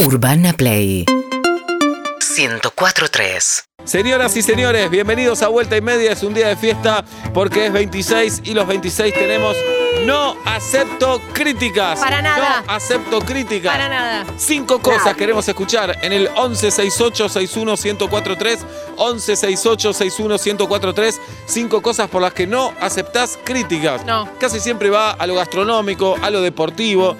Urbana Play 104.3 Señoras y señores, bienvenidos a Vuelta y Media. Es un día de fiesta porque es 26 y los 26 tenemos No acepto críticas. Para nada. No acepto críticas. Para nada. Cinco cosas Nada. queremos escuchar en el 1168-61-1043. 1168-61-1043. Cinco cosas por las que no aceptás críticas. No. Casi siempre va a lo gastronómico, a lo deportivo,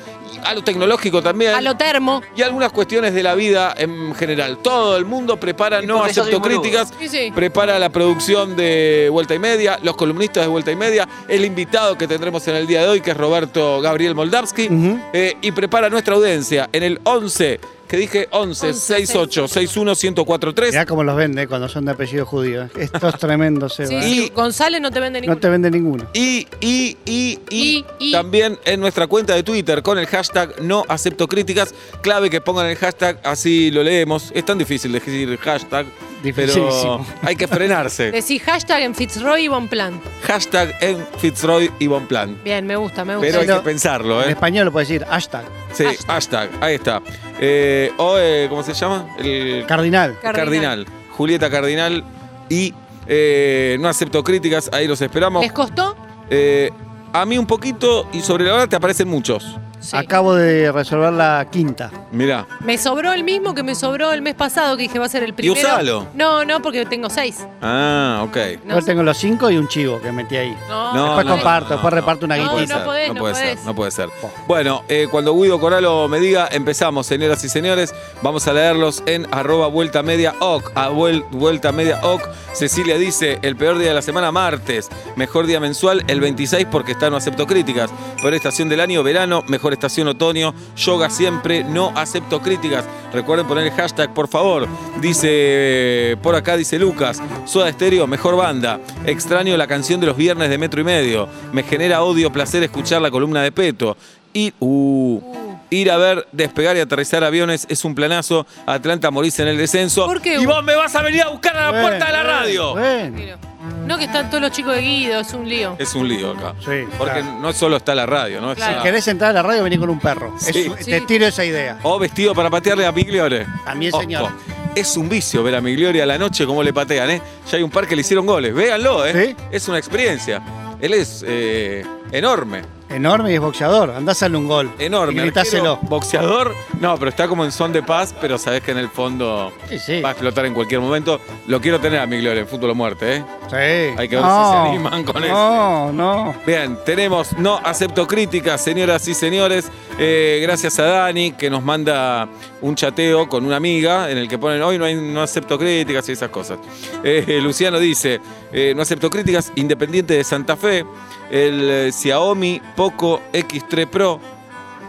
a lo tecnológico también. A lo termo. y algunas cuestiones de la vida en general. Todo el mundo prepara, no porque yo acepto soy boludo. críticas, Sí, sí. prepara la producción de Vuelta y Media, los columnistas de Vuelta y Media, el invitado que tendremos en el día de hoy, que es Roberto Gabriel Moldavsky, eh, y prepara nuestra audiencia en el 11, que dije 11, 11, 68, 61, 1043. Mirá cómo los vende eh, cuando son de apellido judío. ¿eh? Esto es tremendo, Seba. Sí, ¿eh? sí. Y- González no te vende No ningún. te vende ninguno. Y, y, y, y, Y, y. también en nuestra cuenta de Twitter con el hashtag no acepto críticas. Clave que pongan el hashtag, así lo leemos. Es tan difícil decir hashtag, pero Dificilísimo. hay que frenarse. Decí hashtag en Fitzroy y Bonplan. hashtag en Fitzroy y Bonplan. Bien, me gusta, me gusta. Pero hay que Pero- pensarlo, En ¿eh? español lo puedes decir, hashtag, Sí, hashtag, hashtag. ahí está. Eh, o, eh, ¿cómo se llama? El cardinal. Cardinal. Julieta Cardinal y eh, no acepto críticas, ahí los esperamos. ¿Les costó? Eh, a mí un poquito y sobre la hora te aparecen muchos. Sí. Acabo de resolver la quinta. Mirá. Me sobró el mismo que me sobró el mes pasado, que dije va a ser el primero. usalo. No, no, porque tengo seis. Ah, ok. No, Yo tengo los cinco y un chivo que metí ahí. no, No, después no, comparto, no, después no, reparto una no, guita. no podés, no puede ser, podés. no puede ser. Bueno, eh, cuando Guido Coralo me diga, empezamos, señoras y señores. Vamos a leerlos en arroba vuelta media oc, a vuel- vuelta media oc. Cecilia dice, el peor día de la semana, martes. Mejor día mensual, el 26, porque está no acepto críticas. Peor estación del año, verano. Mejor estación, otoño. Yoga siempre, no acepto críticas. Recuerden poner el hashtag, por favor. Dice, eh, por acá dice Lucas, Soda Stereo, mejor banda. Extraño la canción de los viernes de metro y medio. Me genera odio, placer escuchar la columna de Peto. Y, uh, Uh. ir a ver despegar y aterrizar aviones es un planazo. Atlanta morís en el descenso. ¿Por qué? Y vos me vas a venir a buscar a la Bueno, puerta de la bueno, radio. Bueno, Pero- No, que están todos los chicos de Guido, es un lío. Es un lío acá. Sí, Porque claro. no solo está la radio, ¿no? Es Claro. una- ¿Querés entrar a la radio? Vení con un perro. Es- Sí. Te Sí. tiro esa idea. O vestido para patearle a Migliore. También, Ojo. señor. Es un vicio ver a Migliore a la noche cómo le patean, ¿eh? Ya hay un par que le hicieron goles. Véanlo, ¿eh? Sí. Es una experiencia. Él es eh, enorme, Enorme y es boxeador. Andás a un gol. enorme. Y gritáselo. Arquero, boxeador. No, pero está como en son de paz, pero sabés que en el fondo Sí, sí. va a explotar en cualquier momento. Lo quiero tener a Migliore en fútbol o muerte, ¿eh? Sí. Hay que ver si se animan con eso. No, no. Bien, tenemos No Acepto Críticas, señoras y señores. Eh, gracias a Dani, que nos manda un chateo con una amiga en el que ponen hoy no, hay, no acepto críticas y esas cosas. Eh, Luciano dice: eh, No acepto críticas, Independiente de Santa Fe, el eh, Xiaomi Poco X3 Pro,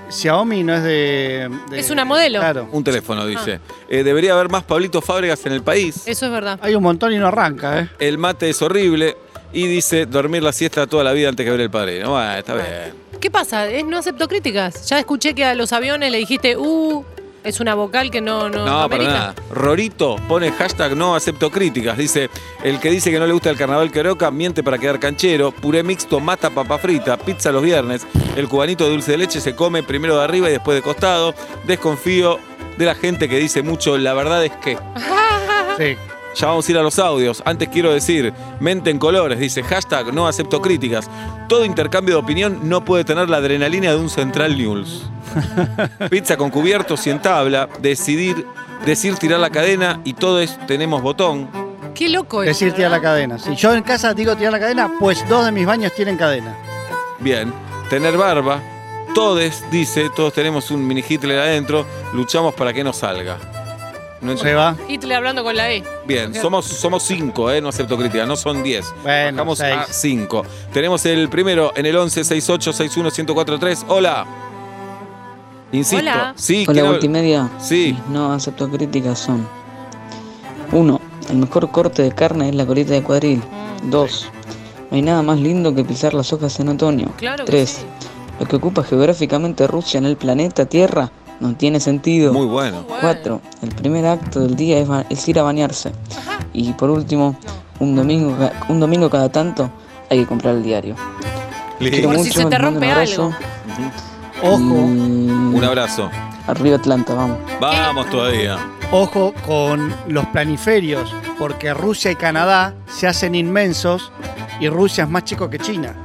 Xiaomi no es de. de- Es una modelo. Claro. un teléfono, dice. Eh, debería haber más Pablito Fábregas en el país. Eso es verdad. Hay un montón y no arranca, ¿eh? El mate es horrible. Y dice: Dormir la siesta toda la vida antes que ver el padrino. Bueno, está bien. ¿Qué pasa? Es no acepto críticas. Ya escuché que a los aviones le dijiste, uh, es una vocal que no, no, No, para amerita. nada. Rorito pone hashtag no acepto críticas. Dice, el que dice que no le gusta el carnaval queroca miente para quedar canchero. Puré mixto mata papa frita. Pizza los viernes. El cubanito de dulce de leche se come primero de arriba y después de costado. Desconfío de la gente que dice mucho la verdad es que... Sí. Ya vamos a ir a los audios. Antes quiero decir, mente en colores, dice hashtag no acepto críticas. Todo intercambio de opinión no puede tener la adrenalina de un Central News. Pizza con cubiertos y en tabla, decidir, decir tirar la cadena y todos tenemos botón. Qué loco es. Decir tirar la cadena. Si yo en casa digo tirar la cadena, pues dos de mis baños tienen cadena. Bien, tener barba, todes dice, todos tenemos un mini Hitler adentro, luchamos para que no salga. No ent- Se va. Hitler hablando con la E. Bien, somos, somos cinco, ¿eh? no acepto críticas, no son diez. Bueno, Bajamos a seis. 5. Tenemos el primero en el 11 68 61 1043. Hola. Insisto. Hola. Sí, Hola, quiero- multimedia. Sí. No acepto críticas, son 1. El mejor corte de carne es la colita de cuadril. 2. No hay nada más lindo que pisar las hojas en otoño. Claro que 3. sí. Lo que ocupa geográficamente Rusia en el planeta Tierra no tiene sentido. Muy bueno. Bueno. 4. El primer acto del día es, ba- es ir a bañarse. Ajá. Y por último, un domingo, ca- un domingo cada tanto hay que comprar el diario. Listo. Quiero Por si se te les mando rompe un abrazo algo. Ujú. Ojo. y- Un abrazo. Arriba Atlanta, vamos. Vamos todavía. Ojo con los planiferios, porque Rusia y Canadá se hacen inmensos y Rusia es más chico que China.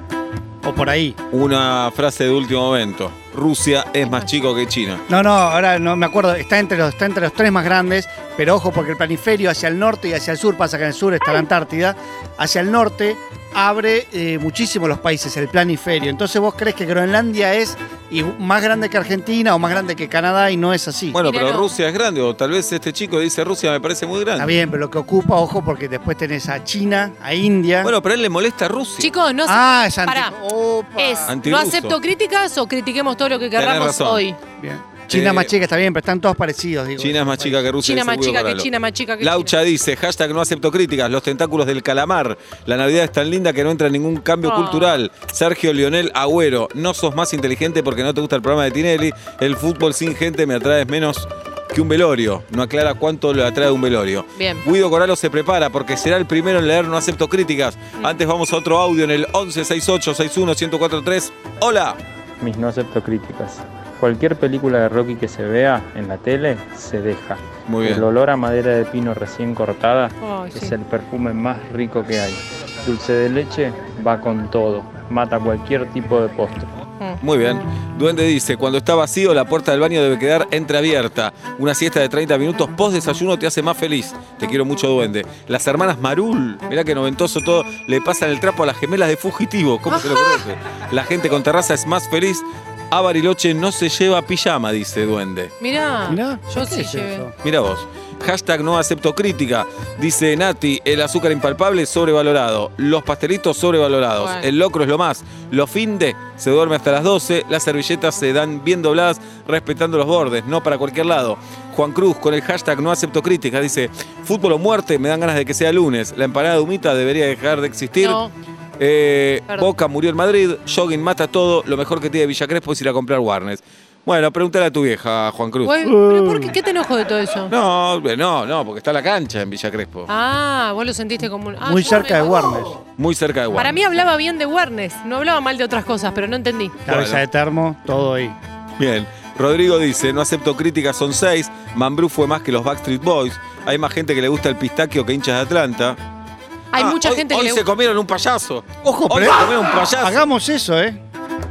O por ahí. Una frase de último momento. Rusia es más chico que China. No, no, ahora no me acuerdo. Está entre los, está entre los tres más grandes, pero ojo, porque el planiferio hacia el norte y hacia el sur, pasa que en el sur está la Antártida, hacia el norte abre eh, muchísimo los países, el planiferio. Entonces vos crees que Groenlandia es y- más grande que Argentina o más grande que Canadá y no es así. Bueno, Mira, pero no. Rusia es grande, o tal vez este chico dice Rusia me parece muy Está grande. bien, pero lo que ocupa, ojo, porque después tenés a China, a India. Bueno, pero a él le molesta Rusia. Chicos, no, se- ah, es anti- pará. Opa. es, no Antirruso. acepto críticas o critiquemos todo lo que Ah. Tenés querramos razón. hoy. Bien. China Eh, más chica, está bien, pero están todos parecidos. Digo, China es más chica que Rusia. China dice más Guido chica que Coralo. China más chica que Laucha dice, hashtag no acepto críticas, los tentáculos del calamar, la Navidad es tan linda que no entra ningún cambio Ah. cultural. Sergio Lionel Agüero, no sos más inteligente porque no te gusta el programa de Tinelli, el fútbol sin gente me atraes menos que un velorio, no aclara cuánto le atrae un velorio. Bien. Guido Coralo se prepara porque será el primero en leer No acepto críticas. Mm. Antes vamos a otro audio en el 1168-61-1043. Hola. Mis no acepto críticas. Cualquier película de Rocky que se vea en la tele se deja. Muy El bien. olor a madera de pino recién cortada China. Ay, sí. es el perfume más rico que hay. Dulce de leche va con todo. Mata cualquier tipo de postre. Muy bien. Duende dice, cuando está vacío la puerta del baño debe quedar entreabierta. Una siesta de 30 minutos post desayuno te hace más feliz. Te quiero mucho, duende. Las hermanas Marul, mirá que noventoso todo, le pasan el trapo a las gemelas de fugitivo. ¿Cómo se lo conoce? La gente con terraza es más feliz. A Bariloche no se lleva pijama, dice Duende. Mirá, Mirá, Ah, yo ¿qué sí es llevé. eso? Mira vos. Hashtag no acepto crítica. Dice Nati, el azúcar impalpable sobrevalorado. Los pastelitos sobrevalorados. Bueno. El locro es lo más. Los finde se duerme hasta las 12. Las servilletas se dan bien dobladas, respetando los bordes, no para cualquier lado. Juan Cruz con el hashtag no acepto crítica. Dice, fútbol o muerte, me dan ganas de que sea lunes. La empanada de humita debería dejar de existir. No, Eh, Perdón. Boca murió en Madrid, jogging mata todo, lo mejor que tiene Villa Crespo es ir a comprar Warnes. Bueno, pregúntale a tu vieja, Juan Cruz. Güey, Uh. ¿Pero por qué? ¿Qué te enojo de todo eso? No, no, no, porque está la cancha en Villa Crespo. Ah, vos lo sentiste como un. ah, Muy yo cerca de me- Warner. Muy cerca de Guam. Para mí hablaba bien de Warnes, no hablaba mal de otras cosas, pero no entendí. Cabeza de termo, todo ahí. Bien. Rodrigo dice, no acepto críticas, son seis. Mambrú fue más que los Backstreet Boys. Hay más gente que le gusta el pistaquio que hinchas de Atlanta. Hay Ah, mucha hoy- gente hoy que le se gusta. comieron un payaso. Ojo, Hoy pero- se comieron un payaso. Hagamos eso, ¿eh?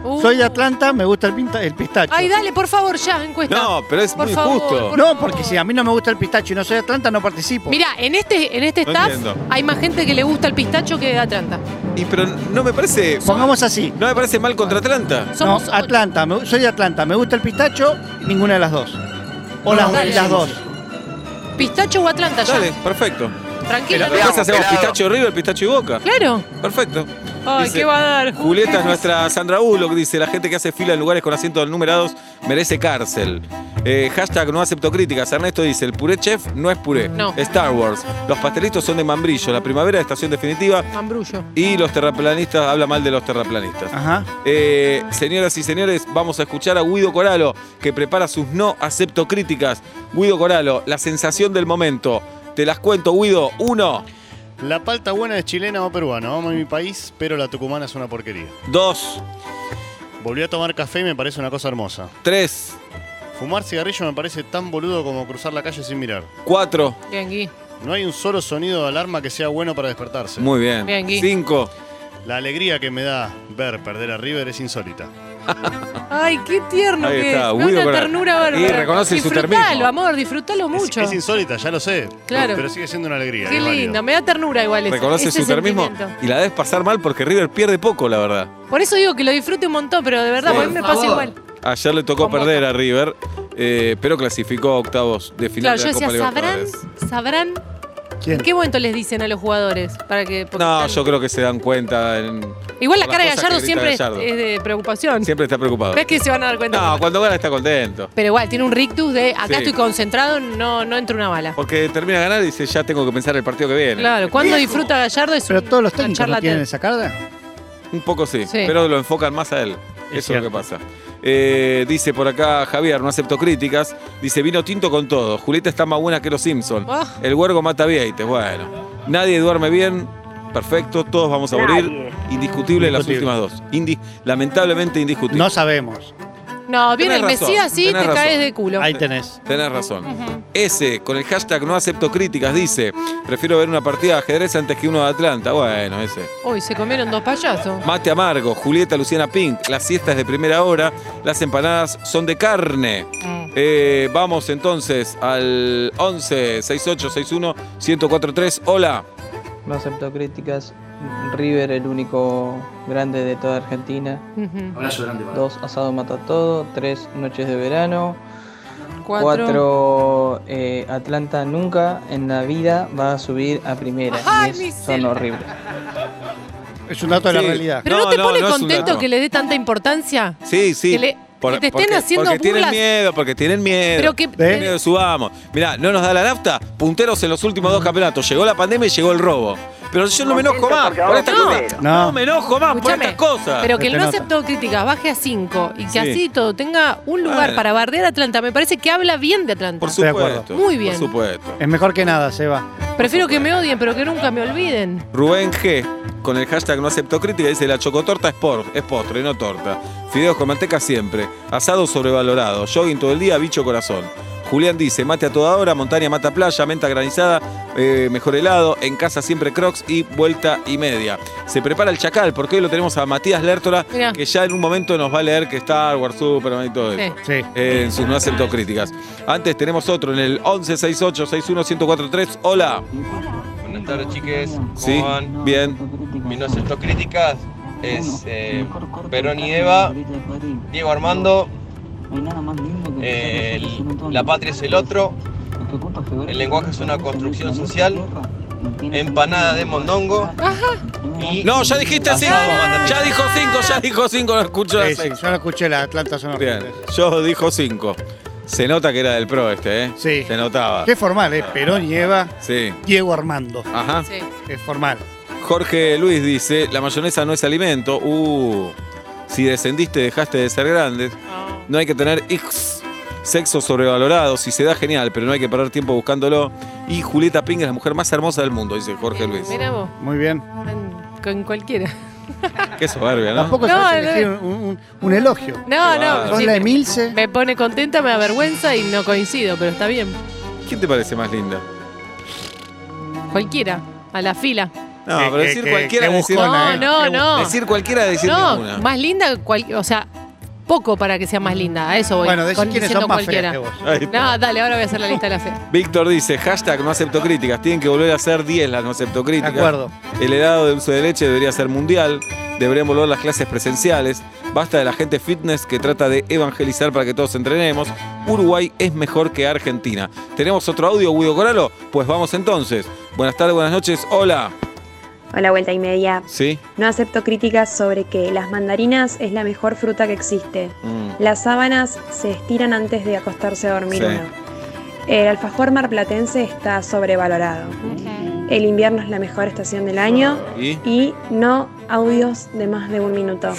Uh. Soy de Atlanta, me gusta el, pinta- el pistacho. Ay, dale, por favor, ya, encuesta. No, pero es Por muy favor, justo. por no, porque si a mí no me gusta el pistacho y no soy de Atlanta, no participo. Mirá, en este, en este No staff entiendo. hay más gente que le gusta el pistacho que de Atlanta. Y pero no me parece. Pongamos así. No me parece mal contra Atlanta. Somos no, ocho. Atlanta, me- soy de Atlanta, me gusta el pistacho, ninguna de las dos. O las, dale. las dos. Pistacho o Atlanta, ya. Dale, perfecto. Tranquilo. Después hacemos pistacho de River, pistacho y boca. Claro. Perfecto. Ay, Dice, ¿qué va a dar? Julieta es nuestra Sandra Bullock, dice, la gente que hace fila en lugares con asientos numerados merece cárcel. Eh, hashtag no acepto críticas. Ernesto dice, el puré chef no es puré. No. Star Wars. Los pastelitos son de mambrillo. La primavera de estación definitiva. Mambrullo. Y los terraplanistas, habla mal de los terraplanistas. Ajá. Eh, señoras y señores, vamos a escuchar a Guido Coralo, que prepara sus no acepto críticas. Guido Coralo, la sensación del momento. Te las cuento, Guido. Uno, La palta buena es chilena o peruana. Vamos a mi país, pero la tucumana es una porquería. dos, Volví a tomar café y me parece una cosa hermosa. tres, Fumar cigarrillo me parece tan boludo como cruzar la calle sin mirar. cuatro. Bien, Gui. No hay un solo sonido de alarma que sea bueno para despertarse. Muy bien. Bien, Gui. Cinco. La alegría que me da ver perder a River es insólita. Ay, qué tierno Ah. Ahí que está, es. Me da Guido una con la- ternura Y bárbara. reconoce su disfrutalo, termismo. amor, disfrutalo Es- mucho. Es, insólita, ya lo sé. Claro. Pero sigue siendo una alegría. qué es válido. lindo, me da ternura igual ese- Reconoce ese su termismo este sentimiento. y la debes pasar mal porque River pierde poco, la verdad. Por eso digo que lo disfrute un montón, pero de verdad, Sí. a mí me pasa igual. Ayer le tocó Con Boca. perder a River, eh, pero clasificó a octavos de final Claro, yo de la Copa decía, ¿sabrán? Libertadores. ¿Sabrán? ¿Quién? ¿En qué momento les dicen a los jugadores? Para que, porque No, están- yo creo que se dan cuenta. en- Igual la por las cara de cosas Gallardo que grita siempre es- Gallardo. es de preocupación. siempre está preocupado. ¿Ves que se van a dar cuenta? No, cuando gana está contento. Pero igual, tiene un rictus de acá Sí. estoy concentrado, no, no entra una bala. Porque termina de ganar y dice, ya tengo que pensar el partido que viene. Claro, cuando disfruta Gallardo es Pero un- todos los una técnicos charla no tienen TED. esa carga. Un poco sí, Sí. pero lo enfocan más a él. Es Eso es lo que cierto. pasa. Eh, dice por acá Javier, no acepto críticas. Dice, vino tinto con todo. Julieta está más buena que los Simpson. Ah. El huergo mata vieites. Bueno, nadie duerme bien. Perfecto, todos vamos a morir. Indiscutible las Indiscutible. últimas dos. Indi- lamentablemente indiscutible. No sabemos. No, viene el Tenés razón, Mesías y te tenés razón. caes de culo. Ahí tenés. Tenés razón. Ujú. Ese, con el hashtag no acepto críticas, dice, prefiero ver una partida de ajedrez antes que uno de Atlanta. Bueno, ese. Uy, se comieron dos payasos. Mate amargo, Julieta Luciana Pink, las siestas de primera hora, las empanadas son de carne. Mm. Eh, vamos entonces al 11 68 61 1043. Hola. No acepto críticas. River, el único grande de toda Argentina. Ujú. Abrazo grande para 2. Asado mata todo. 3. Noches de verano. Cuatro. 4. Atlanta nunca en la vida va a subir a primera. Ay, Y es- mi son celda. horribles. Es un dato de la Sí. realidad. ¿Pero no, No, te no, pone no es un contento dato. que le dé tanta importancia? Sí, sí. Que le- que te estén porque- haciendo Porque tienen burlas. miedo, porque tienen miedo. Pero que- Tienen miedo de subamos. Mirá, no nos da la nafta. Punteros en los últimos dos campeonatos. Llegó la pandemia y llegó el robo. Pero yo no me enojo más por estas no. cosas. No. me enojo más por Escuchame, estas cosas. Pero que el Este no nota. aceptó críticas baje a 5 y que Sí. así todo tenga un lugar Bueno. para bardear a Atlanta, me parece que habla bien de Atlanta. por Estoy de acuerdo. supuesto. Muy bien. Por supuesto. Es mejor que nada, Seba. Prefiero que me odien, pero que nunca me olviden. Rubén G, con el hashtag no acepto crítica, dice la chocotorta es, por, es postre, no torta. Fideos con manteca siempre. Asado sobrevalorado. Jogging todo el día, bicho corazón. Julián dice, mate a toda hora, montaña mata playa, menta granizada, eh, mejor helado, en casa siempre crocs y vuelta y media. Se prepara el chacal, porque hoy lo tenemos a Matías Lertora, Mirá. que ya en un momento nos va a leer que Star Wars, Superman y todo Sí. eso. Sí. Eh, en sus no acepto críticas. Antes tenemos otro en el 1168-61-1043. Hola. Buenas tardes, chiques. ¿Cómo Sí, van? bien. Mi no acepto críticas es eh, Perón y Eva, Diego Armando, eh, el- La Patria es el otro, el lenguaje es una construcción social, Empanada de Mondongo y... No, ya dijiste Asado cinco. mata Ya dijo cinco, ya dijo cinco, no escucho Sí, las sí, seis. Yo no escuché la Atlanta Sonora. Bien, yo dijo cinco. Se nota que era del pro este, ¿eh? Sí. Se notaba. Qué formal, ¿eh? Perón y Eva, Sí. Diego Armando. Ajá. Sí. Es formal. Jorge Luis dice, la mayonesa no es alimento. Uh, si descendiste dejaste de ser grandes. No hay que tener hijos. Sexo sobrevalorado, si se da genial, pero no hay que perder tiempo buscándolo. Y Julieta Ping es la mujer más hermosa del mundo, dice Jorge Luis. Mira vos, Muy bien. en- con cualquiera. Qué soberbia, ¿no? Tampoco No, sabés no. elegir un, un- un elogio. No, no. bárbaro. Son sí, la me, Emilce. me pone contenta, me avergüenza y no coincido, pero está bien. ¿Quién te parece más linda? Cualquiera, a la fila. No, Qué- pero qué- decir qué- cualquiera qué es decir No, buscona, ¿eh? no, Qué bu- no. Decir cualquiera es decir No, ninguna. más linda, cual- o sea, poco para que sea más linda, a eso voy. Bueno, decís con- quiénes diciendo son más cualquiera. feas que vos. Ahí está. No, dale, ahora voy a hacer la lista de la fe. Víctor dice, hashtag no acepto críticas. Tienen que volver a ser 10 las no acepto De críticas. acuerdo. El helado de uso de leche debería ser mundial. Deberían volver las clases presenciales. Basta de la gente fitness que trata de evangelizar para que todos entrenemos. Uruguay es mejor que Argentina. ¿Tenemos otro audio, Guido Coralo? Pues vamos entonces. Buenas tardes, buenas noches. Hola. Hola, vuelta y media. ¿Sí? No acepto críticas sobre que las mandarinas es la mejor fruta que existe. Mm. Las sábanas se estiran antes de acostarse a dormir Sí. uno. El alfajor marplatense está sobrevalorado. El invierno es la mejor estación del año. ¿Y? Y no audios de más de un minuto.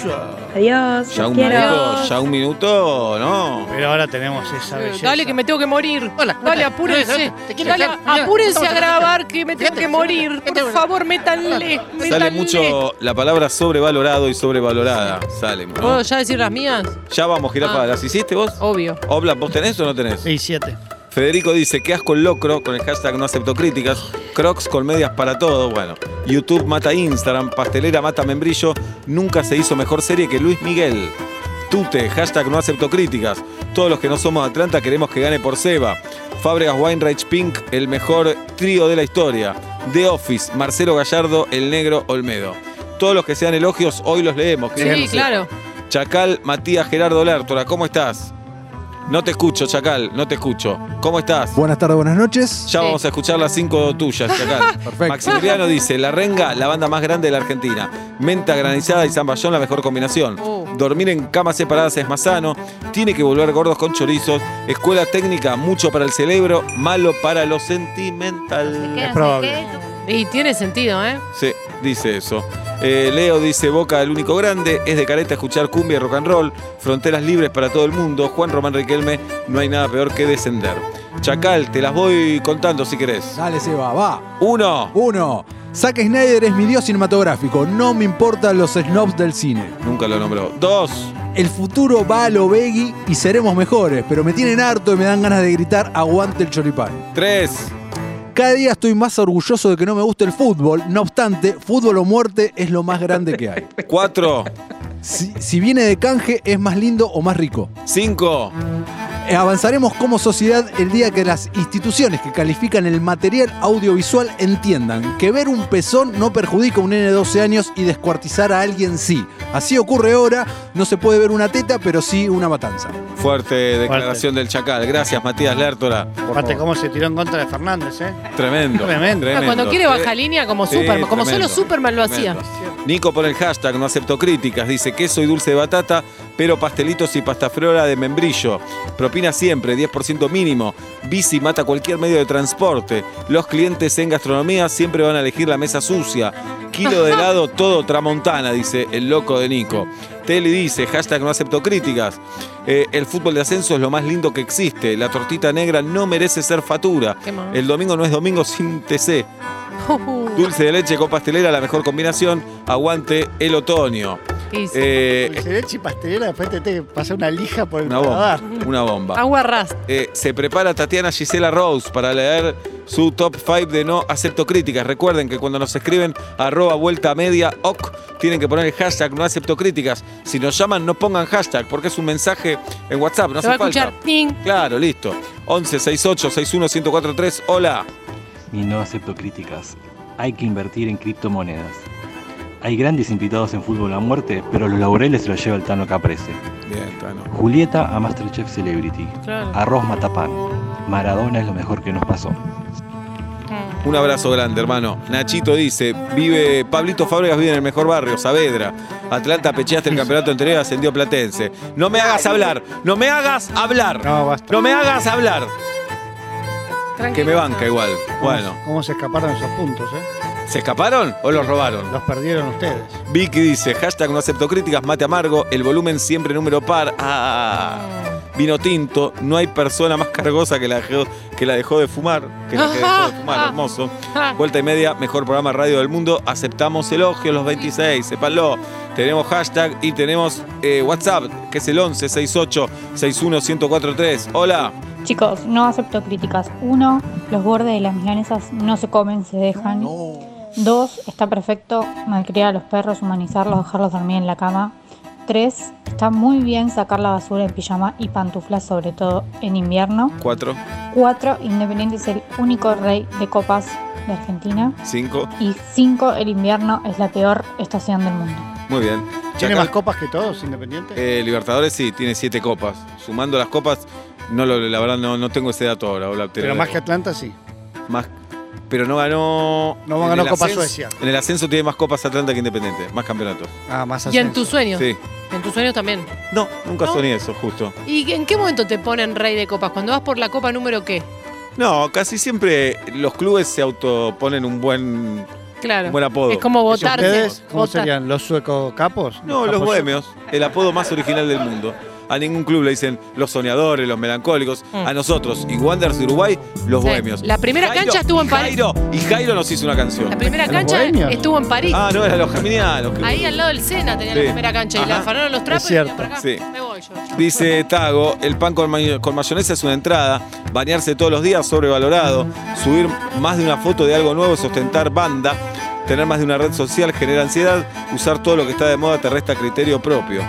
Adiós, Ya los un quiero. minuto, ya un minuto, ¿no? Pero ahora tenemos esa belleza. Dale, que me tengo que morir. Dale, apúrense. Dale, apúrense a grabar que me tengo que morir. Por favor, métanle. Sale métanle. mucho la palabra sobrevalorado y sobrevalorada. Sale, ¿no? ¿Puedo ya decir las mías? Ya vamos, jirafa. Ah. ¿Las hiciste vos? Obvio. Obla, ¿vos tenés o no tenés? Sí, siete. Federico dice, qué asco el locro, con el hashtag no acepto críticas, crocs con medias para todo, bueno, YouTube mata Instagram, pastelera mata membrillo, nunca se hizo mejor serie que Luis Miguel. Tute, hashtag no acepto críticas, todos los que no somos de Atlanta queremos que gane por Seba. Fábregas Weinreich Pink, el mejor trío de la historia. The Office, Marcelo Gallardo, el negro Olmedo. Todos los que sean elogios, hoy los leemos. ¿qué Sí, queremos? claro. Chacal Matías Gerardo Lertora, ¿cómo estás? No te escucho, Chacal, no te escucho. ¿Cómo estás? Buenas tardes, buenas noches. Ya Sí. vamos a escuchar las cinco tuyas, Chacal. Perfecto. Maximiliano dice, La Renga, la banda más grande de la Argentina. Menta granizada y zamballón, la mejor combinación. Oh. Uh. Dormir en camas separadas es más sano. Tiene que volver gordos con chorizos. Escuela técnica, mucho para el cerebro, malo para lo sentimental. Es probable. Y tiene sentido, ¿eh? Sí, dice eso. Eh, Leo dice Boca el único grande, es de careta escuchar cumbia y rock and roll, fronteras libres para todo el mundo, Juan Román Riquelme, no hay nada peor que descender. Chacal, te las voy contando si querés. Dale, Seba, va. Uno, Uno. Zack Snyder es mi dios cinematográfico. No me importan los snobs del cine. nunca lo nombró. Dos, el futuro va a lo vegui y seremos mejores, pero me tienen harto y me dan ganas de gritar aguante el choripán. Tres. Cada día estoy más orgulloso de que no me guste el fútbol, no obstante, fútbol o muerte es lo más grande que hay. Cuatro. Si, si viene de canje, es más lindo o más rico. Cinco. Eh, Avanzaremos como sociedad el día que las instituciones que califican el material audiovisual entiendan que ver un pezón no perjudica a un nene de 12 años y descuartizar a alguien sí. Así ocurre ahora, no se puede ver una teta, pero sí una matanza. Fuerte declaración del Chacal. Gracias, Matías Lertora. Aparte, cómo se tiró en contra de Fernández, ¿eh? Tremendo. Eh, Tremendo. Ah, Cuando quiere baja línea como Sí, Superman, como tremendo. solo Superman lo hacía. Tremendo. Nico por el hashtag, no acepto críticas. Dice queso y dulce de batata, pero pastelitos y pasta frola de membrillo. Propina siempre, 10% mínimo. Bici mata cualquier medio de transporte. Los clientes en gastronomía siempre van a elegir la mesa sucia. Kilo de helado, todo tramontana, dice el loco de Nico. Teli dice, hashtag no acepto críticas. Eh, el fútbol de ascenso es lo más lindo que existe. La tortita negra no merece ser fatura. Qué mal. El domingo no es domingo sin TC. Dulce de leche con pastelera, la mejor combinación. Aguante el otoño. Y sí. Eh, Dulce leche y pastelera, después te, te pasa una lija por el una bomba. paladar. Una bomba. Agua ras. Eh, se prepara Tatiana Gisela Rose para leer su top 5 de no acepto críticas. Recuerden que cuando nos escriben arroba vuelta media ok, tienen que poner el hashtag no acepto críticas. Si nos llaman, no pongan hashtag porque es un mensaje en WhatsApp. No hace Se va a falta. escuchar. Ting. Claro, listo. 11 68 61 1043. Hola. y no acepto críticas. Hay que invertir en criptomonedas. Hay grandes invitados en fútbol a muerte, pero los laureles se los lleva el Tano Caprese. Bien, Tano. Julieta a Masterchef Celebrity. Claro. Ah, Arroz Matapán. Maradona es lo mejor que nos pasó. Un abrazo grande, hermano. Nachito dice, vive, Pablito Fábregas vive en el mejor barrio, Saavedra. Atlanta pecheaste el campeonato anterior y ascendió a Platense. No me hagas hablar, no me hagas hablar. No, basta. No me hagas hablar. Tranquilo. Que me banca igual. Bueno, ¿Cómo se escaparon esos puntos, eh? ¿se escaparon o los robaron? Los perdieron ustedes. Vicky dice, hashtag no acepto críticas, mate amargo, el volumen siempre número par. Ah. Vino tinto, no hay persona más cargosa que la dejó, que la dejó de fumar, que la que dejó de fumar, hermoso. Ah. Vuelta y media, mejor programa de radio del mundo. Aceptamos elogios los 26, sépanlo. Tenemos hashtag y tenemos eh, WhatsApp, que es el 11 68 61 1043. Hola. Chicos, no acepto críticas. Uno, los bordes de las milanesas no se comen, se dejan. Dos, está perfecto malcriar a los perros, humanizarlos, dejarlos dormir en la cama. Tres, está muy bien sacar la basura en pijama y pantuflas, sobre todo en invierno. 4, Cuatro, Independiente es el único rey de copas de Argentina. 5. Y cinco, el invierno es la peor estación del mundo. Muy bien. ¿Tiene Chacal, más copas que todos, Independiente? eh, Libertadores sí, tiene 7 copas. Sumando las copas, no lo- la verdad no, no tengo ese dato ahora. o la obteneré. Pero más que Atlanta, sí. Más- pero no ganó. No en ganó el Copa ascenso- Suecia. En el ascenso tiene más copas Atlanta que Independiente, más campeonatos. Ah, más Y en ascenso. tus sueños. Sí. En tus sueños también. No, nunca No. soné eso, justo. ¿Y en qué momento te ponen rey de copas? ¿Cuando vas por la copa número qué? No, casi siempre los clubes se autoponen un buen, Claro. un buen apodo. Es como ¿Y votarse. ¿Ustedes cómo votar. serían? ¿Los suecos capos? No, los capos bohemios, el apodo más original del mundo. A ningún club le dicen los soñadores, los melancólicos. Mm. A nosotros, y Wanderers de Uruguay, los Sí. bohemios. La primera Jairo- cancha estuvo en y París. Jairo, y Jairo nos hizo una La canción. primera ¿Los cancha bohemios? estuvo en París. Ah, no, era los geminianos. creo. Ahí al lado del Sena tenía la Sí. primera cancha y Ajá. la afanaron los trapos Es y venían cierto. para acá. Sí. Me voy yo. Dice Tago, el pan con, may- con mayonesa es una entrada, bañarse todos los días sobrevalorado, subir más de una foto de algo nuevo es ostentar banda, tener más de una red social genera ansiedad, usar todo lo que está de moda te resta criterio propio.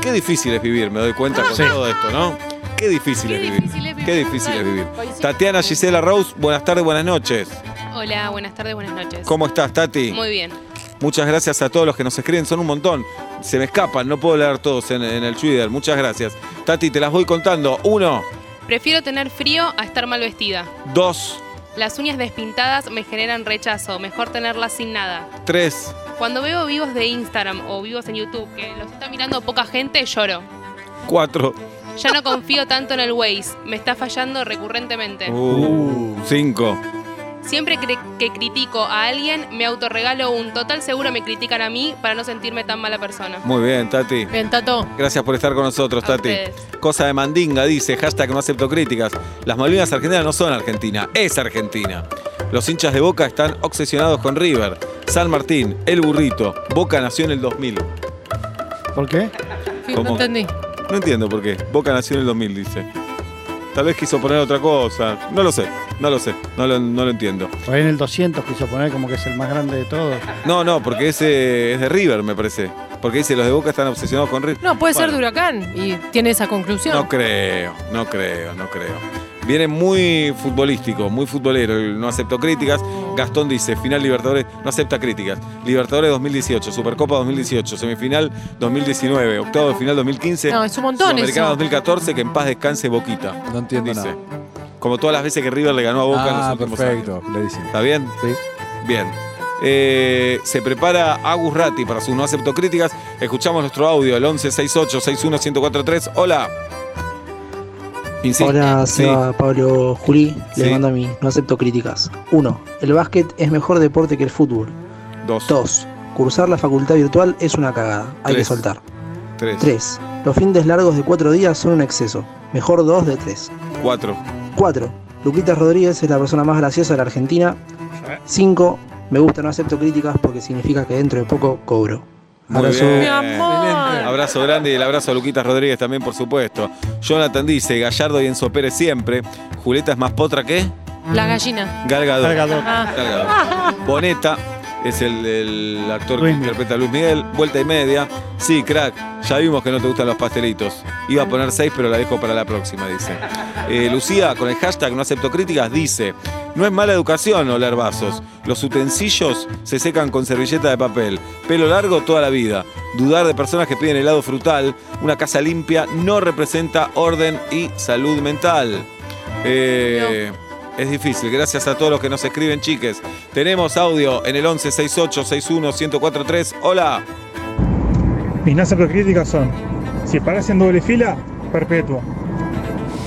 Qué difícil es vivir, me doy cuenta con Sí. todo esto, ¿no? Qué difícil Qué es vivir. difícil es vivir. Qué difícil es vivir. Coincido. Tatiana Gisela Rose, buenas tardes, buenas noches. Hola, buenas tardes, buenas noches. ¿Cómo estás, Tati? bien. Muchas gracias a todos los que nos escriben, son un montón. Se me escapan, no puedo leer todos en, en el Twitter. Muchas gracias. Tati, te las voy contando. Uno, Prefiero tener frío a estar mal vestida. dos, Las uñas despintadas me generan rechazo, mejor tenerlas sin nada. tres. Cuando veo vivos de Instagram o vivos en YouTube que los está mirando poca gente, lloro. Cuatro. Ya no confío tanto en el Waze, me está fallando recurrentemente. Uh, cinco. Siempre cre- que critico a alguien, me autorregalo un total seguro me critican a mí para no sentirme tan mala persona. Muy bien, Tati. Bien, Tato. Gracias por estar con nosotros, A Tati. ustedes. Cosa de mandinga, dice, hashtag no acepto críticas. Las Malvinas argentinas no son Argentina, es Argentina. Los hinchas de Boca están obsesionados con River, San Martín, El Burrito. Boca nació en el 2000. ¿Por qué? Sí, Como- no entendí. No entiendo por qué. Boca nació en el 2000, dice. Tal vez quiso poner otra cosa. No lo sé, no lo sé, no lo, no lo entiendo. Por ahí en el 200 quiso poner como que es el más grande de todos. No, no, porque ese es de River, me parece. Porque dice, los de Boca están obsesionados con River. No, puede ser Bueno, de huracán y tiene esa conclusión. No creo, no creo, no creo. Viene muy futbolístico, muy futbolero. el No aceptó críticas. Gastón dice, final Libertadores, no acepta críticas. Libertadores 2018, Supercopa 2018, semifinal 2019, octavo de final 2015. No, es un montón Sudamericana eso. 2014, que en paz descanse Boquita. No entiendo dice. nada. Como todas las veces que River le ganó a Boca en los Ah, últimos años. perfecto, le dicen. ¿Está bien? Sí. Bien. Eh, se prepara Agus Ratti para sus no acepto críticas. Escuchamos nuestro audio, el 1168-61-1043. Hola. Insi- Hola, sí. Seba, Pablo, Juli. Sí. Le mando a mí, no acepto críticas. 1. El básquet es mejor deporte que el fútbol. 2. Cursar la facultad virtual es una cagada. Hay que Tres. soltar. Tres. 3. Los fines largos de 4 días son un exceso. Mejor 2 de 3. 4. 4. Luquita Rodríguez es la persona más graciosa de la Argentina. 5. Me gusta, no acepto críticas porque significa que dentro de poco cobro. Muy Abrazo. bien. Mi amor. Abrazo grande y el abrazo a Luquitas Rodríguez también, por supuesto. Jonathan dice, Gallardo y Enzo Pérez siempre. Julieta es más potra que La gallina. Galgado. Gal Gadot. Ah. Boneta es el, el actor que interpreta a Luis Miguel. Vuelta y media. Sí, crack. Ya vimos que no te gustan los pastelitos. Iba a poner seis, pero la dejo para la próxima, dice. Eh, Lucía, con el hashtag no acepto críticas, dice: No es mala educación oler vasos. Los utensilios se secan con servilleta de papel. Pelo largo toda la vida. Dudar de personas que piden helado frutal. Una casa limpia no representa orden y salud mental. Eh, Es difícil, gracias a todos los que nos escriben, chiques. Tenemos audio en el 11 68 61 1043. Hola. Mis no acepto críticas son, si pagas en doble fila, perpetuo.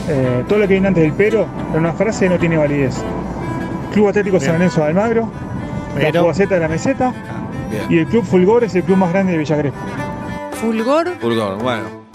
Eh, todo lo que viene antes del pero, en una frase no tiene validez. Club Atlético Bien. San Lorenzo de Almagro, la Pero- Fugaceta de la Meseta Bien. y el Club Fulgor es el club más grande de Villa Crespo. Fulgor. Fulgor, bueno.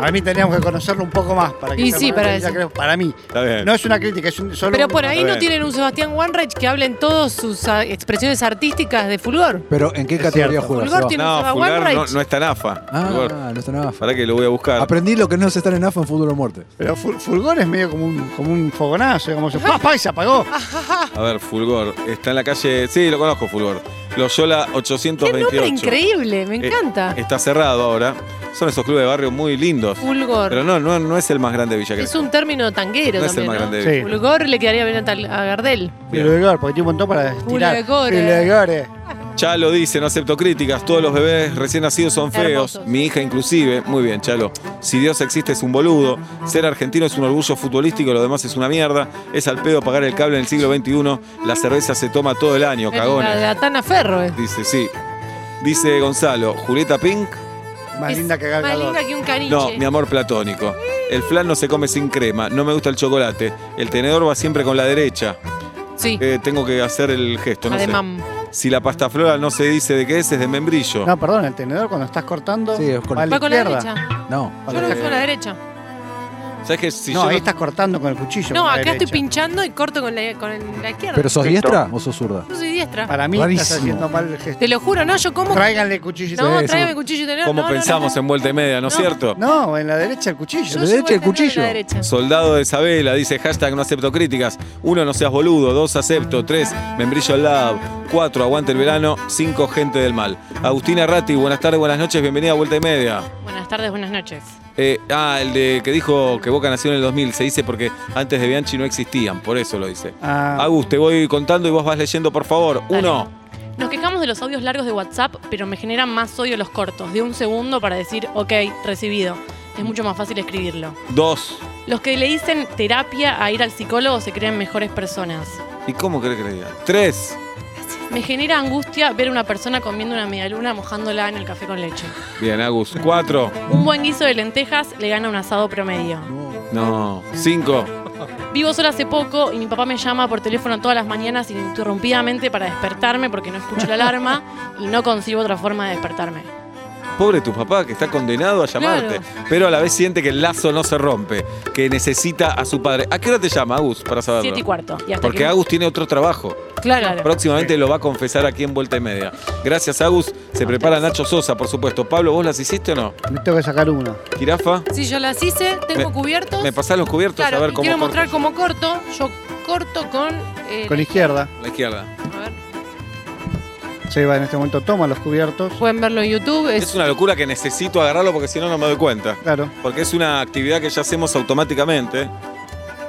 A mí teníamos que conocerlo un poco más para que Y sea sí, más para realista, eso. creo, para mí. Está bien. No es una crítica, es un, solo Pero un- por ahí no tienen un Sebastián Wanreich que hable en todas sus ah, expresiones artísticas de fulgor. Pero ¿en qué categoría juegas? Fulgor Seba? tiene un No, Seba Fulgar no, Wanreich. no está en AFA. Ah, no está nada. Para que lo voy a buscar. Aprendí lo que no es estar en AFA en Futuro Muerte. Pero Ful- Fulgor es medio como un, como un fogonazo, como se, ¡Ah, ¡pa, pa! y se apagó. Ah. A ver, Fulgor. Está en la calle. Sí, lo conozco, Fulgor. Loyola Qué 828. nombre increíble, me Eh, encanta. Está cerrado ahora. Son esos clubes de barrio muy lindos. Fulgor. Pero no, no, no es el más grande de Villa Es Crespo. un término tanguero No es el también. más ¿no? grande de- Sí. Fulgor le quedaría bien a, tal- a Gardel. Fulgor, porque tiene un montón para estirar. Fulgor, eh. Fulgor. Chalo dice, no acepto críticas, todos los bebés recién nacidos son feos, mi hija inclusive, muy bien Chalo, si Dios existe es un boludo, ser argentino es un orgullo futbolístico, lo demás es una mierda, es al pedo pagar el cable en el siglo XXI, la cerveza se toma todo el año, La de cagones. Atana Ferro. eh. Dice, sí. Dice Gonzalo, Julieta Pink, Más linda que Gal Más Gadot. linda que un caniche. no, mi amor platónico. El flan no se come sin crema, no me gusta el chocolate, el tenedor va siempre con la derecha. Sí. Ah, tengo que hacer el gesto, eh, no sé. Ademán. Si la pasta flora no se dice de qué es, es de membrillo. No, perdón, el tenedor cuando estás cortando Sí, es va a la Va con la izquierda. derecha. No. Yo no con la derecha. ¿Sabes que si no, yo ahí no- estás cortando con el cuchillo. No, con la acá estoy derecha. pinchando y corto con la, con el- la izquierda. ¿Pero sos diestra o sos zurda? Yo soy diestra. Para mí Rarísimo. estás haciendo mal el gesto. Te lo juro, no, yo como. Tráiganle cuchillo. No, Sí, tráigame sí. cuchillo y tenedor. ¿Cómo no, no, pensamos en vuelta y media, no es cierto? No, en la derecha el cuchillo. Yo llevo el tenedor de la derecha. Soldado de Isabela dice hashtag no acepto críticas. Uno, no seas boludo. Dos, acepto. Tres, membrillo al lado. Cuatro, aguante el verano. Cinco, gente del mal. Agustina Ratti, buenas tardes, buenas noches, bienvenida a Vuelta y Media. Buenas tardes, buenas noches. Eh, ah, el de que dijo que Boca nació en el 2000, se dice porque antes de Bianchi no existían, por eso lo dice. Ah. Agus, te voy contando y vos vas leyendo, por favor. Uno, Nos quejamos de los audios largos de WhatsApp, pero me generan más odio los cortos, de un segundo para decir, ok, recibido. Es mucho más fácil escribirlo. dos. Los que le dicen terapia a ir al psicólogo se creen mejores personas. ¿Y cómo crees que le diga? Tres. Me genera angustia ver a una persona comiendo una medialuna mojándola en el café con leche. Bien, Agus. Cuatro. Un buen guiso de lentejas le gana un asado promedio. No. Cinco. Vivo sola hace poco y mi papá me llama por teléfono todas las mañanas ininterrumpidamente para despertarme porque no escucho la alarma y no consigo otra forma de despertarme. Pobre tu papá que está condenado a llamarte, pero a la vez siente que el lazo no se rompe, que necesita a su padre. ¿A qué hora te llama Agus para saberlo? Siete y cuarto. Y hasta Porque que- Agus tiene otro trabajo. Claro. Próximamente lo va a confesar aquí en Vuelta y Media. Gracias, Agus. Se prepara Nacho Sosa, por supuesto. Pablo, ¿vos las hiciste o no? Me tengo que sacar uno. ¿Jirafa? Si yo las hice, tengo Me- cubiertos. ¿Me pasás los cubiertos claro, a ver y cómo quiero corto? mostrar cómo corto. Yo corto con. eh, Con la izquierda. La izquierda. a ver, Seba en este momento toma los cubiertos. pueden verlo en YouTube. Es, Es una locura que necesito agarrarlo porque si no, no me doy cuenta. Claro. Porque es una actividad que ya hacemos automáticamente.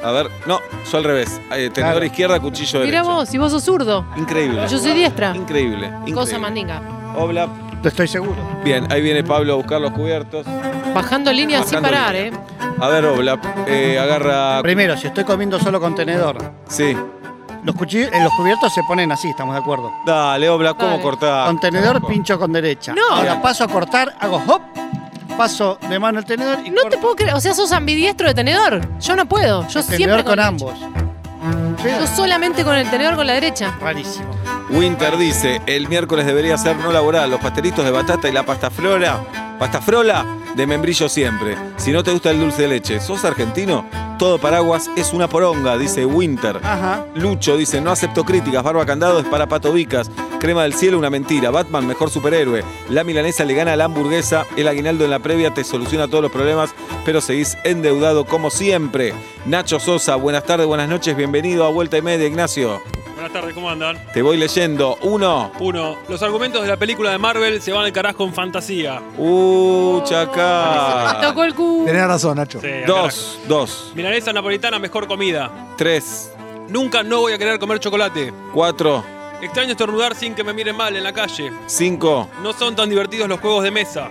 A ver, no, yo al revés. Eh, tenedor Claro. izquierda, cuchillo Mirá derecho. vos, si vos sos zurdo. Increíble. Yo soy diestra. Increíble. Cosa increíble. mandinga. Obla. Estoy seguro. Bien, ahí viene Pablo a buscar los cubiertos. Bajando línea sin Bajando parar, línea. ¿eh? A ver, Obla, eh, Ah. agarra. Primero, si estoy comiendo solo con tenedor, Sí. los, cuchillos, eh, los cubiertos se ponen así, estamos de acuerdo. Dale, Obla, ¿cómo cortás? Con tenedor pincho con derecha. Ah, No. Ahora paso a cortar, hago hop, paso de mano el tenedor y ¿eh? No te puedo creer. O sea, sos ambidiestro de tenedor. Yo no puedo. Yo siempre. tenedor con ambos. Yo solamente con el tenedor con la derecha. Rarísimo. Winter dice, el miércoles debería ser no laboral, los pastelitos de batata y la pasta flora, pasta frola de membrillo siempre. Si no te gusta el dulce de leche, ¿sos argentino? Todo paraguas es una poronga, dice Winter. Ajá. Lucho dice, no acepto críticas, barba candado es para patovicas, crema del cielo una mentira, Batman mejor superhéroe, la milanesa le gana a la hamburguesa, el aguinaldo en la previa te soluciona todos los problemas, pero seguís endeudado como siempre. Nacho Sosa, buenas tardes, buenas noches, bienvenido a Vuelta y Media, Ignacio. Buenas tardes, ¿cómo andan? Te voy leyendo. Uno. Uno, los argumentos de la película de Marvel se van al carajo en fantasía. Uh, chacá. Tocó el cu. Tenés razón, Nacho. Sí, al Dos, dos, carajo. Milanesa napolitana, mejor comida. tres, Nunca no voy a querer comer chocolate. cuatro, Extraño estornudar sin que me miren mal en la calle. cinco. No son tan divertidos los juegos de mesa.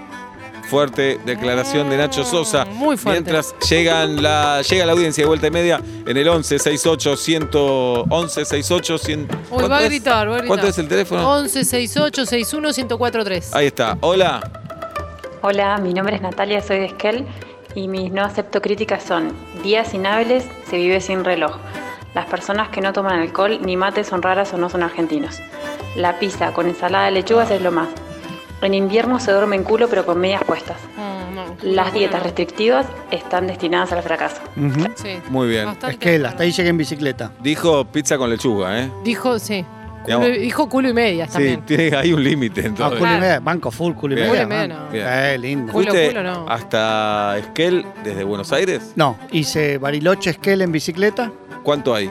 Fuerte declaración de Nacho Sosa. Mm, muy fuerte. Mientras llegan la, llega la audiencia de vuelta y media en el 11 68 111 68 100. Uy, va a gritar, va a gritar. ¿Cuánto es el teléfono? 11 68 61 1043. Ahí está. Hola. Hola, mi nombre es Natalia, soy de Esquel y mis no acepto críticas son días inhábiles se vive sin reloj. Las personas que no toman alcohol ni mate son raras o no son argentinos. La pizza con ensalada de lechugas es lo más. En invierno se duerme en culo pero con medias puestas. Las dietas restrictivas están destinadas al fracaso. Sí. Muy bien. Es que él, hasta ahí llegué en bicicleta. Dijo pizza con lechuga, ¿eh? Dijo, sí. Culo- Digamos, dijo culo y medias sí, también. tiene, hay un límite en Ah, todo culo y esto. media, banco full, culo y Bien. media. Culo y banco. media, Bien. Eh, lindo. Culo, ¿Fuiste culo, no. hasta Esquel desde Buenos Aires? No, hice Bariloche Esquel en bicicleta, ¿Cuánto hay?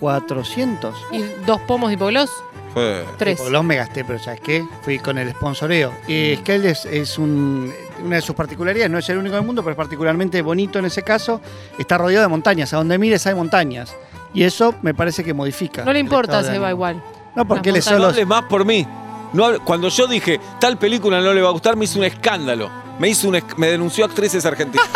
400. ¿Y dos pomos de hipogloss? Fue- Tres. Mm. Los me gasté, pero ¿sabes qué? Fui con el sponsoreo. Y Esquel es, es un- una de sus particularidades, no es el único del mundo, pero es particularmente bonito en ese caso. Está rodeado de montañas, a donde mires hay montañas. Y eso me parece que modifica. No le el importa, estado de se va ánimo. igual. No, porque él es No solo. hables más por mí. No hable- Cuando yo dije, tal película no le va a gustar, me hizo un escándalo. Me, hizo un esc- me denunció actrices argentinas.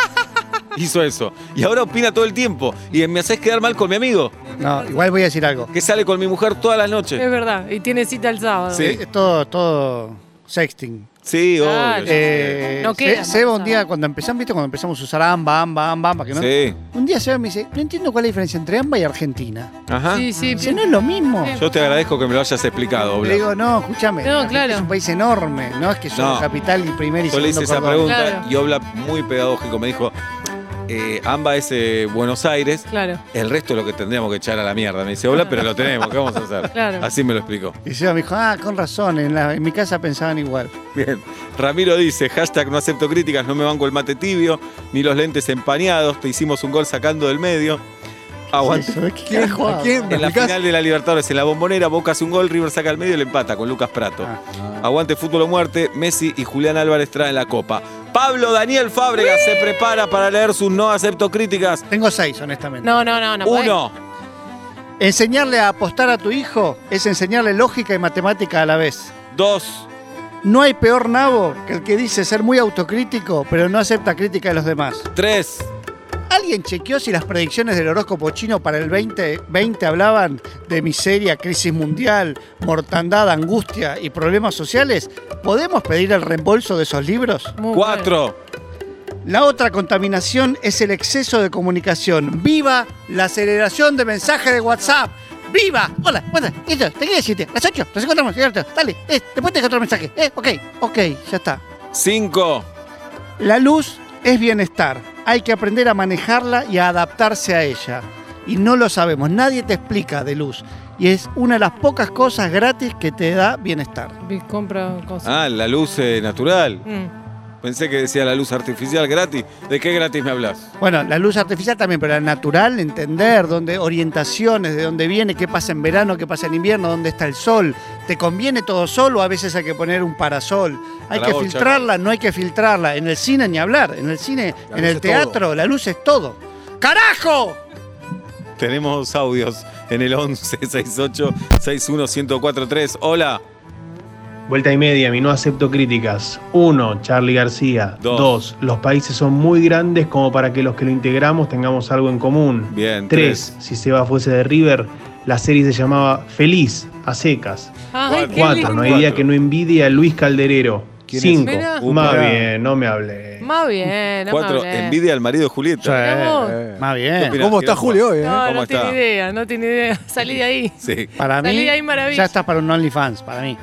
hizo eso. Y ahora opina todo el tiempo. Y me haces quedar mal con mi amigo, No, igual voy a decir algo. que sale con mi mujer todas las noches. Es verdad. Y tiene cita el sábado. Sí. Es todo, todo sexting. Sí, obvio. Claro. yo sé. Eh, No Se- queda, Seba un día cuando empezamos, ¿viste? Cuando empezamos a usar amba, amba, amba, amba, que no. Sí. Un día Seba me dice, no entiendo cuál es la diferencia entre amba y Argentina. Ajá. Sí, sí. Dice, no es lo mismo. Yo te agradezco que me lo hayas explicado, Le Blas. digo, no, escúchame. No, Argentina claro. Es un país enorme, ¿no? Es que somos No. capital y primer y Yo le segundo hice esa cordón. pregunta y Obla, muy pedagógico, me dijo, eh, AMBA es eh, Buenos Aires, Claro. el resto es lo que tendríamos que echar a la mierda. Me dice, Obla, pero lo tenemos, ¿qué vamos a hacer? Claro. Así me lo explicó. Y Seba me dijo, ah, con razón, en, la- en mi casa pensaban igual. Bien. Ramiro dice, hashtag no acepto críticas, no me banco el mate tibio, ni los lentes empañados, te hicimos un gol sacando del medio. Aguante. ¿De qué carajo habla? En la final de la Libertadores, en la bombonera, Boca hace un gol, River saca al medio y le empata con Lucas Prato. Aguante fútbol o muerte, Messi y Julián Álvarez traen la copa. Pablo Daniel Fábrega se prepara para leer sus no acepto críticas. Tengo seis, honestamente. No, no, no, no. Uno. Enseñarle a apostar a tu hijo es enseñarle lógica y matemática a la vez. Dos. No hay peor nabo que el que dice ser muy autocrítico, pero no acepta crítica de los demás. Tres. ¿Alguien chequeó si las predicciones del horóscopo chino para el 2020 hablaban de miseria, crisis mundial, mortandad, angustia y problemas sociales? ¿Podemos pedir el reembolso de esos libros? Cuatro. La otra contaminación es el exceso de comunicación. ¡Viva la aceleración de mensajes de WhatsApp! ¡Viva! Hola, buenas, listo, te quedé siete, las ocho, nos encontramos, ¿cierto? Dale, eh, después te dejo otro mensaje. Eh, ok, ok, ya está. Cinco. La luz es bienestar. Hay que aprender a manejarla y a adaptarse a ella. Y no lo sabemos, nadie te explica de luz. Y es una de las pocas cosas gratis que te da bienestar. Compra cosas. Ah, la luz eh, natural. Mm. Pensé que decía la luz artificial gratis. ¿De qué gratis me hablas? Bueno, la luz artificial también, pero la natural, entender dónde, orientaciones, de dónde viene, qué pasa en verano, qué pasa en invierno, dónde está el sol. ¿Te conviene todo sol o a veces hay que poner un parasol? Hay Para que vos, filtrarla, no hay que filtrarla. En el cine ni hablar, en el cine, La en luz el es teatro, la luz es todo. ¡Carajo! Tenemos audios en el 11 68 61 1043. Hola. Vuelta y media, mi no acepto críticas. Uno, Charlie García. Dos. los países son muy grandes como para que los que lo integramos tengamos algo en común. Bien. Tres, si Seba fuese de River, la serie se llamaba Feliz, a secas. Ah, Ay, qué Cuatro, no hay lindo. día que no envidie a Luis Calderero. es? Cinco, Mirá. más Upa. bien, no me hable. Más bien, no Cuatro. me hablé. Envidia al marido de Julieta. Mirá Más eh? ¿Qué opinás, Quiroga? No, eh, ¿Cómo no está? tiene idea, no tiene idea. Salí de ahí. Sí. Para Salí mí, de ahí maravilla. ya estás para un OnlyFans, para mí.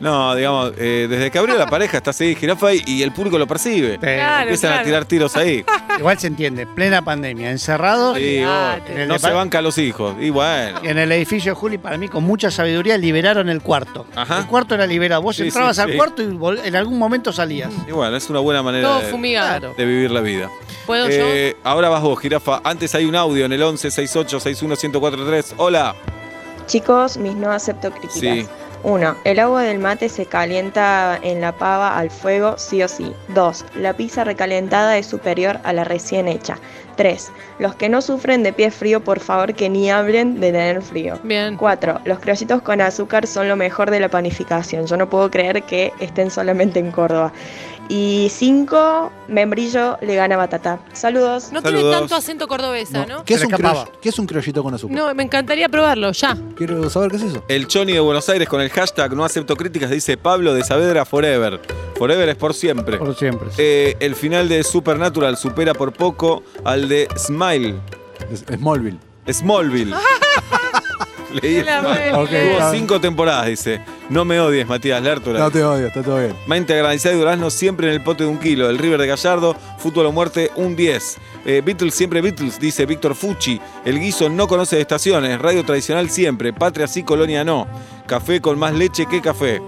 No, digamos, eh, desde que abrió la pareja está así, jirafa, y- y el público lo percibe. Claro, Empiezan a claro. tirar tiros ahí. Igual se entiende, plena pandemia, encerrados. Sí, vos, en el no se depa- banca a los hijos. Y bueno. En el edificio de Juli, para mí, con mucha sabiduría, liberaron el cuarto. El cuarto era liberado. Vos Sí, entrabas sí, al sí. cuarto y vol- en algún momento salías. Y bueno, es una buena manera Todo de- fumigado. de vivir la vida. ¿Puedo Eh, Ahora vas vos, jirafa. Antes hay un audio en el 11 68 61 1043. Hola. Chicos, mis no acepto críticas. Sí. 1. El agua del mate se calienta en la pava al fuego sí o sí. 2. La pizza recalentada es superior a la recién hecha. 3. Los que no sufren de pie frío, por favor que ni hablen de tener frío. Bien. 4. Los criollitos con azúcar son lo mejor de la panificación. Yo no puedo creer que estén solamente en Córdoba. Y 5. Membrillo le gana batata. Saludos. No tiene Saludos. tanto acento cordobesa, ¿no? ¿Qué es, un criollo- ¿Qué es un criollito con azúcar? No, me encantaría probarlo, ya. Quiero saber qué es eso. El Choni de Buenos Aires con el hashtag no acepto críticas dice Pablo de Saavedra Forever. Forever es por siempre. Por siempre. Eh, el final de Supernatural supera por poco al de Smile. Smallville. Smallville. Leí La Smile. buena. Ok, está Tuvo bien. cinco temporadas, dice. No me odies, Matías Lertura. No te odio, está todo bien. Mainte Granizada y Durazno siempre en el pote de un kilo. El River de Gallardo, fútbol o muerte, un 10. Eh, Beatles siempre Beatles, dice Víctor Fucci. El guiso no conoce de estaciones. Radio tradicional siempre. Patria sí, colonia no. Café con más leche que café.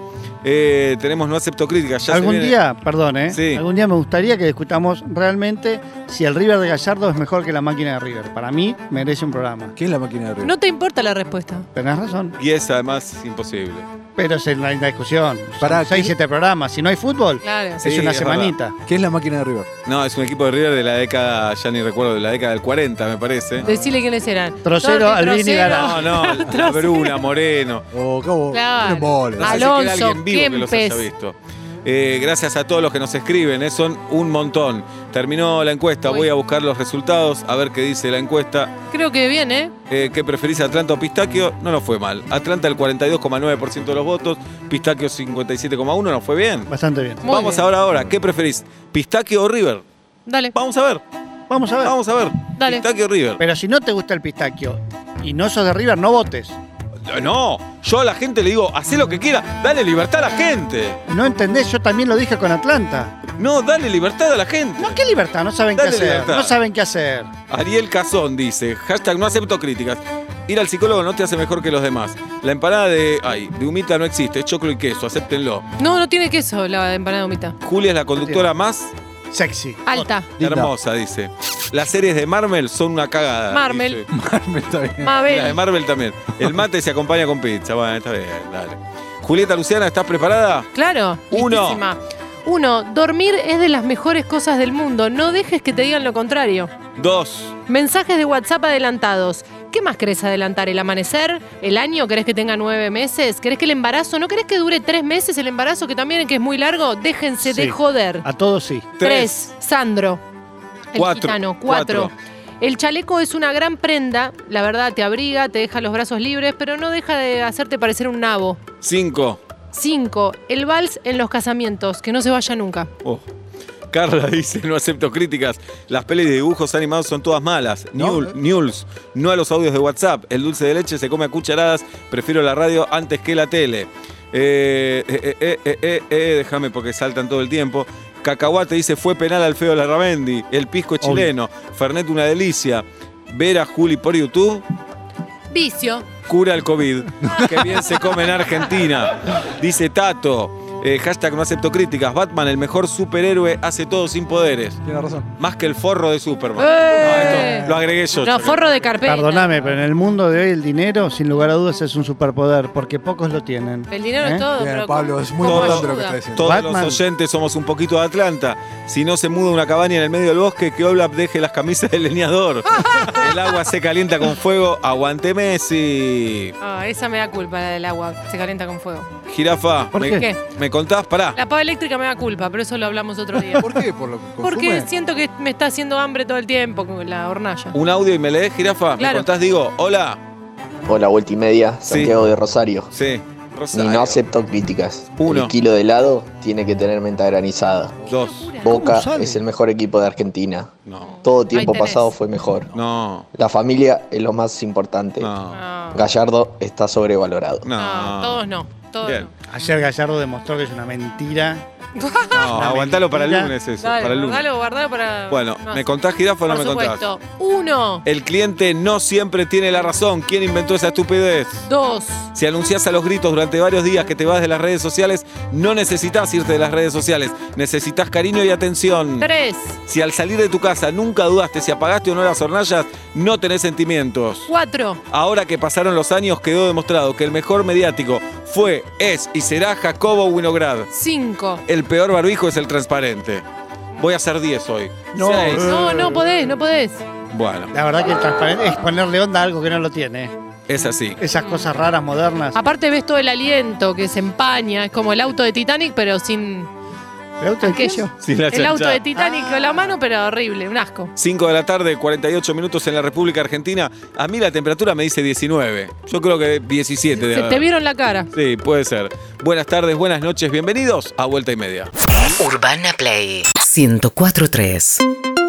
Eh, tenemos no acepto críticas. Ya se Algún viene- día, perdón, ¿eh? Sí. Algún día me gustaría que discutamos realmente si el River de Gallardo es mejor que la máquina de River. Para mí, merece un programa. ¿Qué es la máquina de River? No te importa la respuesta. Tenés razón, 10 además, imposible. pero es en la, en la discusión. Para 6, 7 programas. Si no hay fútbol, Claro. es Sí, una es verdad. semanita. ¿Qué es la máquina de River? No, es un equipo de River de la década, ya ni recuerdo, de la década del 40, me parece. Decirle quiénes eran. Trocero, Torti, Albini, Trocero. No, no, la Bruna, Moreno. Oh, cabo. Claro. un embole. No sé si queda Alonso, alguien vivo que los haya Kempes. visto. Eh, gracias a todos los que nos escriben, eh, son un montón. Terminó la encuesta, voy a buscar los resultados, a ver qué dice la encuesta. Creo que bien, ¿eh? Eh, ¿Qué preferís, Atlanta o Pistaquio? No nos fue mal. Atlanta el 42,9% de los votos, Pistaquio 57,1%, nos fue bien. Bastante bien. Muy Vamos bien. ahora, ahora, ¿qué preferís, Pistaquio o River? Dale. Vamos a ver. Vamos a ver. Vamos a ver. Dale. Pistaquio o River. Pero si no te gusta el pistaquio y no sos de River, no votes. No, yo a la gente le digo, hacé lo que quiera, dale libertad a la gente. No entendés, yo también lo dije con Atlanta. No, dale libertad a la gente. No, qué libertad, no saben Dale qué hacer. libertad. No saben qué hacer. Ariel Cazón dice, hashtag no acepto críticas. Ir al psicólogo no te hace mejor que los demás. La empanada de, ay, de humita no existe, es choclo y queso, acéptenlo. No, no tiene queso la empanada de humita. Julia es la conductora más Sexy. Alta. hermosa, dice. Las series de Marvel son una cagada. Marvel. dice. Marvel está bien. Mabel. La de Marvel también. El mate se acompaña con pizza. Bueno, está bien, dale. Julieta Luciana, ¿estás preparada? Claro. Uno. listísima. Uno, dormir es de las mejores cosas del mundo. No dejes que te digan lo contrario. Dos. Mensajes de WhatsApp adelantados. ¿Qué más querés adelantar? ¿El amanecer? ¿El año? ¿Querés que tenga nueve meses? ¿Querés que el embarazo? ¿No querés que dure tres meses el embarazo, que también que es muy largo? Déjense de Sí. joder. A todos sí. Tres. Sandro. El Cuatro. gitano. Cuatro. Cuatro. El chaleco es una gran prenda. La verdad, te abriga, te deja los brazos libres, pero no deja de hacerte parecer un nabo. Cinco. Cinco. El vals en los casamientos. Que no se vaya nunca. Oh. Carla dice, no acepto críticas. Las pelis de dibujos animados son todas malas. News, news, no a los audios de WhatsApp. El dulce de leche se come a cucharadas. Prefiero la radio antes que la tele. Eh, eh, eh, eh, eh, eh, déjame porque saltan todo el tiempo. Cacahuate dice, fue penal al feo Larramendi. El pisco es Obvio. chileno. Fernet una delicia. Ver a Juli por YouTube Vicio. cura el COVID. Qué bien se come en Argentina. Dice Tato. eh, hashtag no acepto críticas. Batman, el mejor superhéroe, hace todo sin poderes. Tiene razón. Más que el forro de Superman. ¡Eh! No, esto lo agregué yo. No, forro de carpeta. Perdóname, pero en el mundo de hoy el dinero, sin lugar a dudas, es un superpoder, porque pocos lo tienen. El dinero ¿Eh? es todo, pero ¿cómo- cómo ayuda? Todos Batman. los oyentes somos un poquito de Atlanta. Si no se muda una cabaña en el medio del bosque, que Oblap deje las camisas del leñador. el agua se calienta con fuego. Aguante Messi. Ah, esa me da culpa, la del agua. Se calienta con fuego. Jirafa, ¿Por me, qué? ¿me contás? Pará. La pava eléctrica me da culpa, pero eso lo hablamos otro día. ¿Por qué? ¿Por lo que Porque siento que me está haciendo hambre todo el tiempo con la hornalla. Un audio y me lees, jirafa. Claro. ¿Me contás? Digo, hola. Hola, vuelta y media, Santiago de Rosario. Sí, Y no acepto críticas. Uno. El kilo de helado tiene que tener menta granizada. Dos. Boca ¿Cómo sabe? es el mejor equipo de Argentina. No. Todo tiempo Ahí tenés. pasado fue mejor. No. La familia es lo más importante. Gallardo está sobrevalorado. No, Ah. todos no. Todos no. Ayer Gallardo demostró que es una mentira. No, aguantalo para el mentira. lunes eso. Dale, para el lunes. guardalo, guardalo para. Bueno, no ¿me sé. contás jirafa o no Por me contás? supuesto. Uno, El cliente no siempre tiene la razón. ¿Quién inventó esa estupidez? dos. Si anunciás a los gritos durante varios días que te vas de las redes sociales, no necesitas irte de las redes sociales. Necesitas cariño y atención. Tres, Si al salir de tu casa nunca dudaste si apagaste o no las hornallas, no tenés sentimientos. cuatro. Ahora que pasaron los años, quedó demostrado que el mejor mediático fue, es y será Jacobo Winograd. 5. El peor barbijo es el transparente. Voy a hacer 10 hoy. No. Seis. No, no podés, no podés. Bueno, La verdad que el transparente es ponerle onda a algo que no lo tiene. es así. Esas cosas raras, modernas. Aparte ves todo el aliento que se empaña. Es como el auto de Titanic, pero sin. ¿El auto de aquello. Sin la el auto chanchada. de Titanic con la mano, pero horrible, un asco. 5 de la tarde, 48 minutos en la República Argentina. A mí la temperatura me dice 19. Yo creo que 17 Este de Se te vieron la cara. Sí, puede ser. Buenas tardes, buenas noches, bienvenidos a Vuelta y Media. Urbana Play 104.3